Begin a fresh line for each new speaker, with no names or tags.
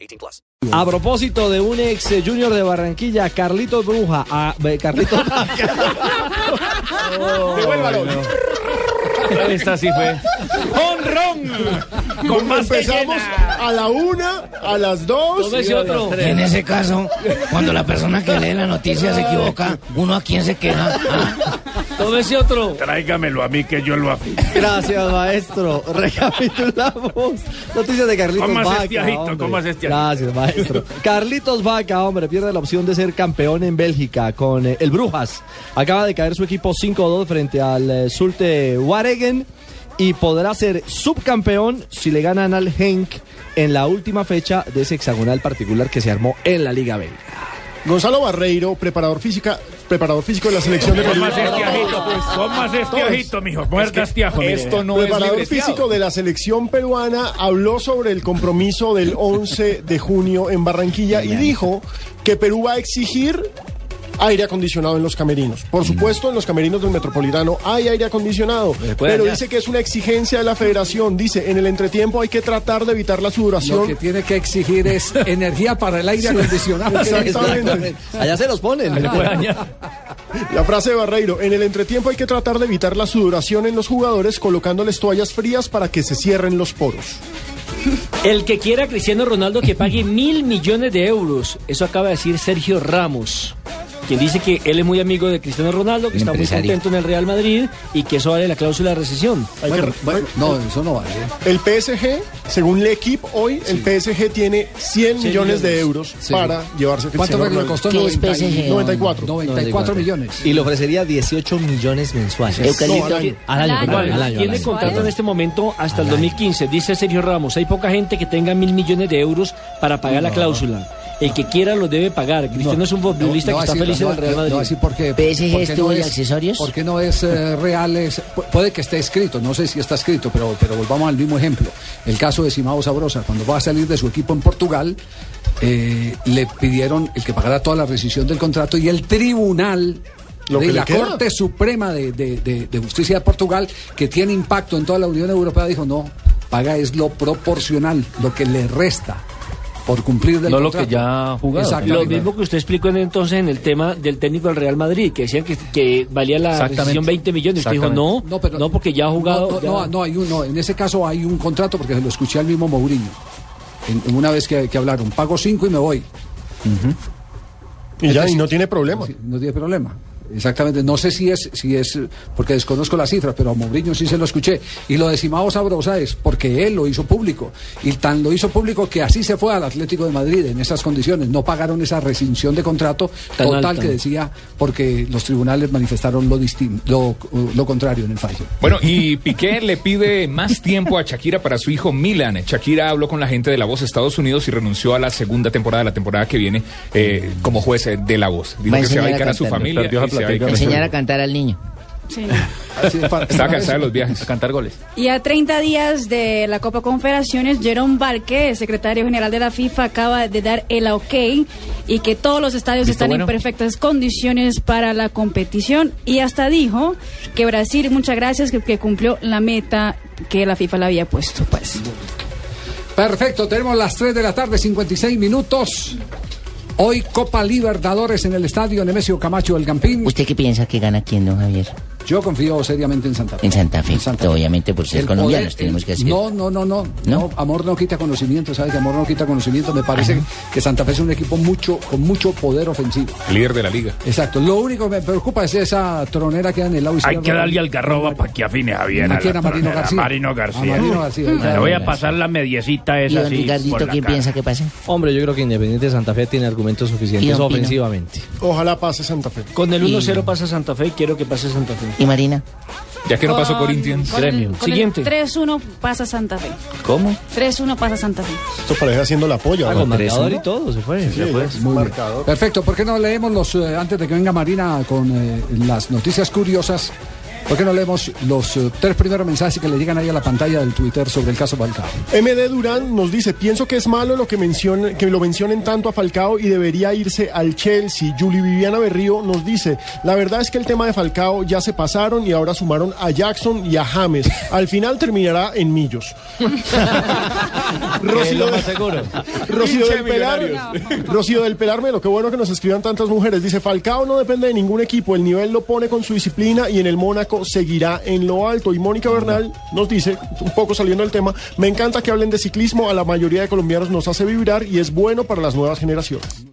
18 plus.
A propósito de un ex eh, junior de Barranquilla, Carlitos Bruja. ah, be- Carlitos.
Esta sí fue.
Como empezamos a la una, a las dos.
otro.
En ese caso, cuando la persona que lee la noticia se equivoca, ¿uno a quién se queja? Ah,
otro.
Tráigamelo a mí que yo lo afirmo.
Gracias, maestro. Recapitulamos. Noticias de Carlitos
¿Cómo haces,
Vaca.
tiajito?
hombre.
¿Cómo este haces, tiajito?
Gracias, maestro. Carlitos Vaca, hombre, pierde la opción de ser campeón en Bélgica con eh, el Brujas. Acaba de caer su equipo 5-2 frente al eh, Zulte Waregem y podrá ser subcampeón si le ganan al Henk en la última fecha de ese hexagonal particular que se armó en la Liga Belga.
Gonzalo Barreiro, preparador física, preparador físico de la selección de
¿Cómo haces,
Perú.
tiajito? ¿Cómo haces, tiajito, este mijo? Muerdas, tiajo. mire.
preparador físico de la selección peruana habló sobre el compromiso del 11 de junio en Barranquilla y dijo que Perú va a exigir aire acondicionado en los camerinos.
Mm.
Por supuesto, en los camerinos del Metropolitano hay aire acondicionado, pero dice que es una exigencia de la federación. Dice, en el entretiempo hay que tratar de evitar la
Lo
sudoración.
que tiene que exigir es energía para el aire acondicionado.
Exactamente.
Allá se los ponen.
La frase de Barreiro, en el entretiempo hay que tratar de evitar la sudoración en los jugadores colocándoles toallas frías para que se cierren los poros.
El que quiera a Cristiano Ronaldo que pague mil millones de euros. Eso acaba de decir Sergio Ramos, quien dice que él es muy amigo de Cristiano Ronaldo, que
El
está
empresario.
muy contento en el Real Madrid y que eso vale la cláusula de recesión.
Bueno, bueno, no, eso no vale.
El PSG, según L'Equipe hoy, el PSG tiene 100 millones de euros
Sí.
para llevarse a
¿Cuánto
Cristiano
fue que le
Ronaldo.
costó?
¿Qué es PSG?
94.
94 millones.
Y le ofrecería 18 millones mensuales.
Eucalipto. al año.
Al año,
Al
perdón,
año.
al año, al
Tiene
año.
contrato en este momento hasta el 2015, dice Sergio Ramos. Hay poca gente que tenga mil millones de euros para pagar la cláusula. El que quiera lo debe pagar. Cristiano es un futbolista que está feliz en el Real Madrid.
así porque,
PSG estuvo en accesorios.
Porque no es eh, real, es- pu- puede que esté escrito, no sé si está escrito, pero, pero volvamos al mismo ejemplo. El caso de Simao Sabrosa, cuando va a salir de su equipo en Portugal, eh, le pidieron el que pagara toda la rescisión del contrato y el tribunal
Lo que
de
le
la
queda.
Corte Suprema de, de- de- de Justicia de Portugal, que tiene impacto en toda la Unión Europea, dijo no, paga es lo proporcional, lo que le resta por cumplir del
No lo
contrato.
que ya ha jugado.
Lo
Exactamente.
mismo que usted explicó en- entonces en el tema del técnico del Real Madrid, que decían que, que valía la
Exactamente.
rescisión 20 millones. Usted dijo, no, no, porque ya ha jugado.
No,
ya-
no, no, hay un, no, en ese caso hay un contrato porque se lo escuché al mismo Mourinho. En, en una vez que, que hablaron, pago 5 y me voy.
Y ya, y no tiene problema.
Sí, No tiene problema. Exactamente, no sé si es, si es, eh, porque desconozco las cifras, pero a Mourinho sí se lo escuché. Y lo de Simao Sabrosa es porque él lo hizo público. Y tan lo hizo público que así se fue al Atlético de Madrid en esas condiciones. No pagaron esa rescisión de contrato
Tan
total
alta.
que decía porque los tribunales manifestaron lo, distin- lo, lo contrario en el fallo.
Bueno, y Piqué le pide más tiempo a Shakira para su hijo Milan. Shakira habló con la gente de La Voz Estados Unidos y renunció a la segunda temporada, la temporada que viene, eh, como juez eh, de La Voz. Dijo
Va a
que se
enseñar
va a
a
dedicar a su
cantar.
familia.
Perdió la
y se va a
plática.
dedicar a su-
enseñar a cantar al niño.
Así de fácil.
Estaba cansada de los viajes.
Cantar goles.
Y a 30 días de la Copa Confederaciones, Jerome Barqué, secretario general de la FIFA, acaba de dar el ok y que todos los estadios están en perfectas condiciones para la competición. Y hasta dijo que Brasil, muchas gracias, que, que cumplió la meta que la FIFA le había puesto. Pues.
Perfecto, tenemos las 3 de la tarde, 56 minutos. Hoy Copa Libertadores en el estadio Nemesio Camacho del Campín.
¿Usted qué piensa que gana quién, don Javier?
Yo confío seriamente en Santa Fe.
En Santa Fe. Obviamente, por ser
El
colombianos,
poder-
tenemos que hacer.
No, no, no, no,
¿No?
no. Amor no quita conocimiento, ¿sabes? Que amor no quita conocimiento. Me parece que Santa Fe es un equipo mucho, con mucho poder ofensivo.
Líder de la liga.
Exacto. Lo único que me preocupa es esa tronera que da en el lado
Hay
izquierdo.
que darle al garroba para que afine a bien.
¿A quién?
la
A Marino
tronera.
García.
Marino García.
Ah,
A Marino García,
Me
claro.
voy a pasar la mediecita
¿Y
esa
don
así. por
Ricardito
la
quién
cara.
piensa que pasa?
Hombre, yo creo que Independiente de Santa Fe tiene argumentos
¿Y
suficientes
don Pino?
ofensivamente.
Ojalá pase Santa Fe.
Con el
Y-
1-0 pasa Santa Fe, quiero que pase Santa Fe.
¿Y Marina?
Ya que no pasó Corinthians.
con el- con el 3-1 pasa Santa Fe.
¿Cómo?
3-1 pasa Santa Fe.
Esto parece haciendo la polla.
Ah,
¿no?
con marcador y todo, se fue.
Sí, muy bien. marcador.
Perfecto, ¿por qué no leemos los, eh, antes de que venga Marina con eh, las noticias curiosas, ¿por qué no leemos los eh, tres primeros mensajes que le llegan ahí a la pantalla del Twitter sobre el caso Balcao?
MD Durán nos dice, pienso que es malo lo que, mencionen- que lo mencionen tanto a Falcao y debería irse al Chelsea. Julie Viviana Berrío nos dice, la verdad es que el tema de Falcao ya se pasaron y ahora sumaron a Jackson y a James. Al final terminará en Millos. Rocío, de- Rocío
Hincha de
del Pelar, Rocío del Pelar Melo, qué bueno que nos escriban tantas mujeres. Dice, Falcao no depende de ningún equipo, el nivel lo pone con su disciplina y en el Mónaco seguirá en lo alto. Y Mónica Bernal nos dice, un poco saliendo del tema, me encanta que hablen de ciclismo, a la mayoría de colombianos nos hace vibrar y es bueno para las nuevas generaciones.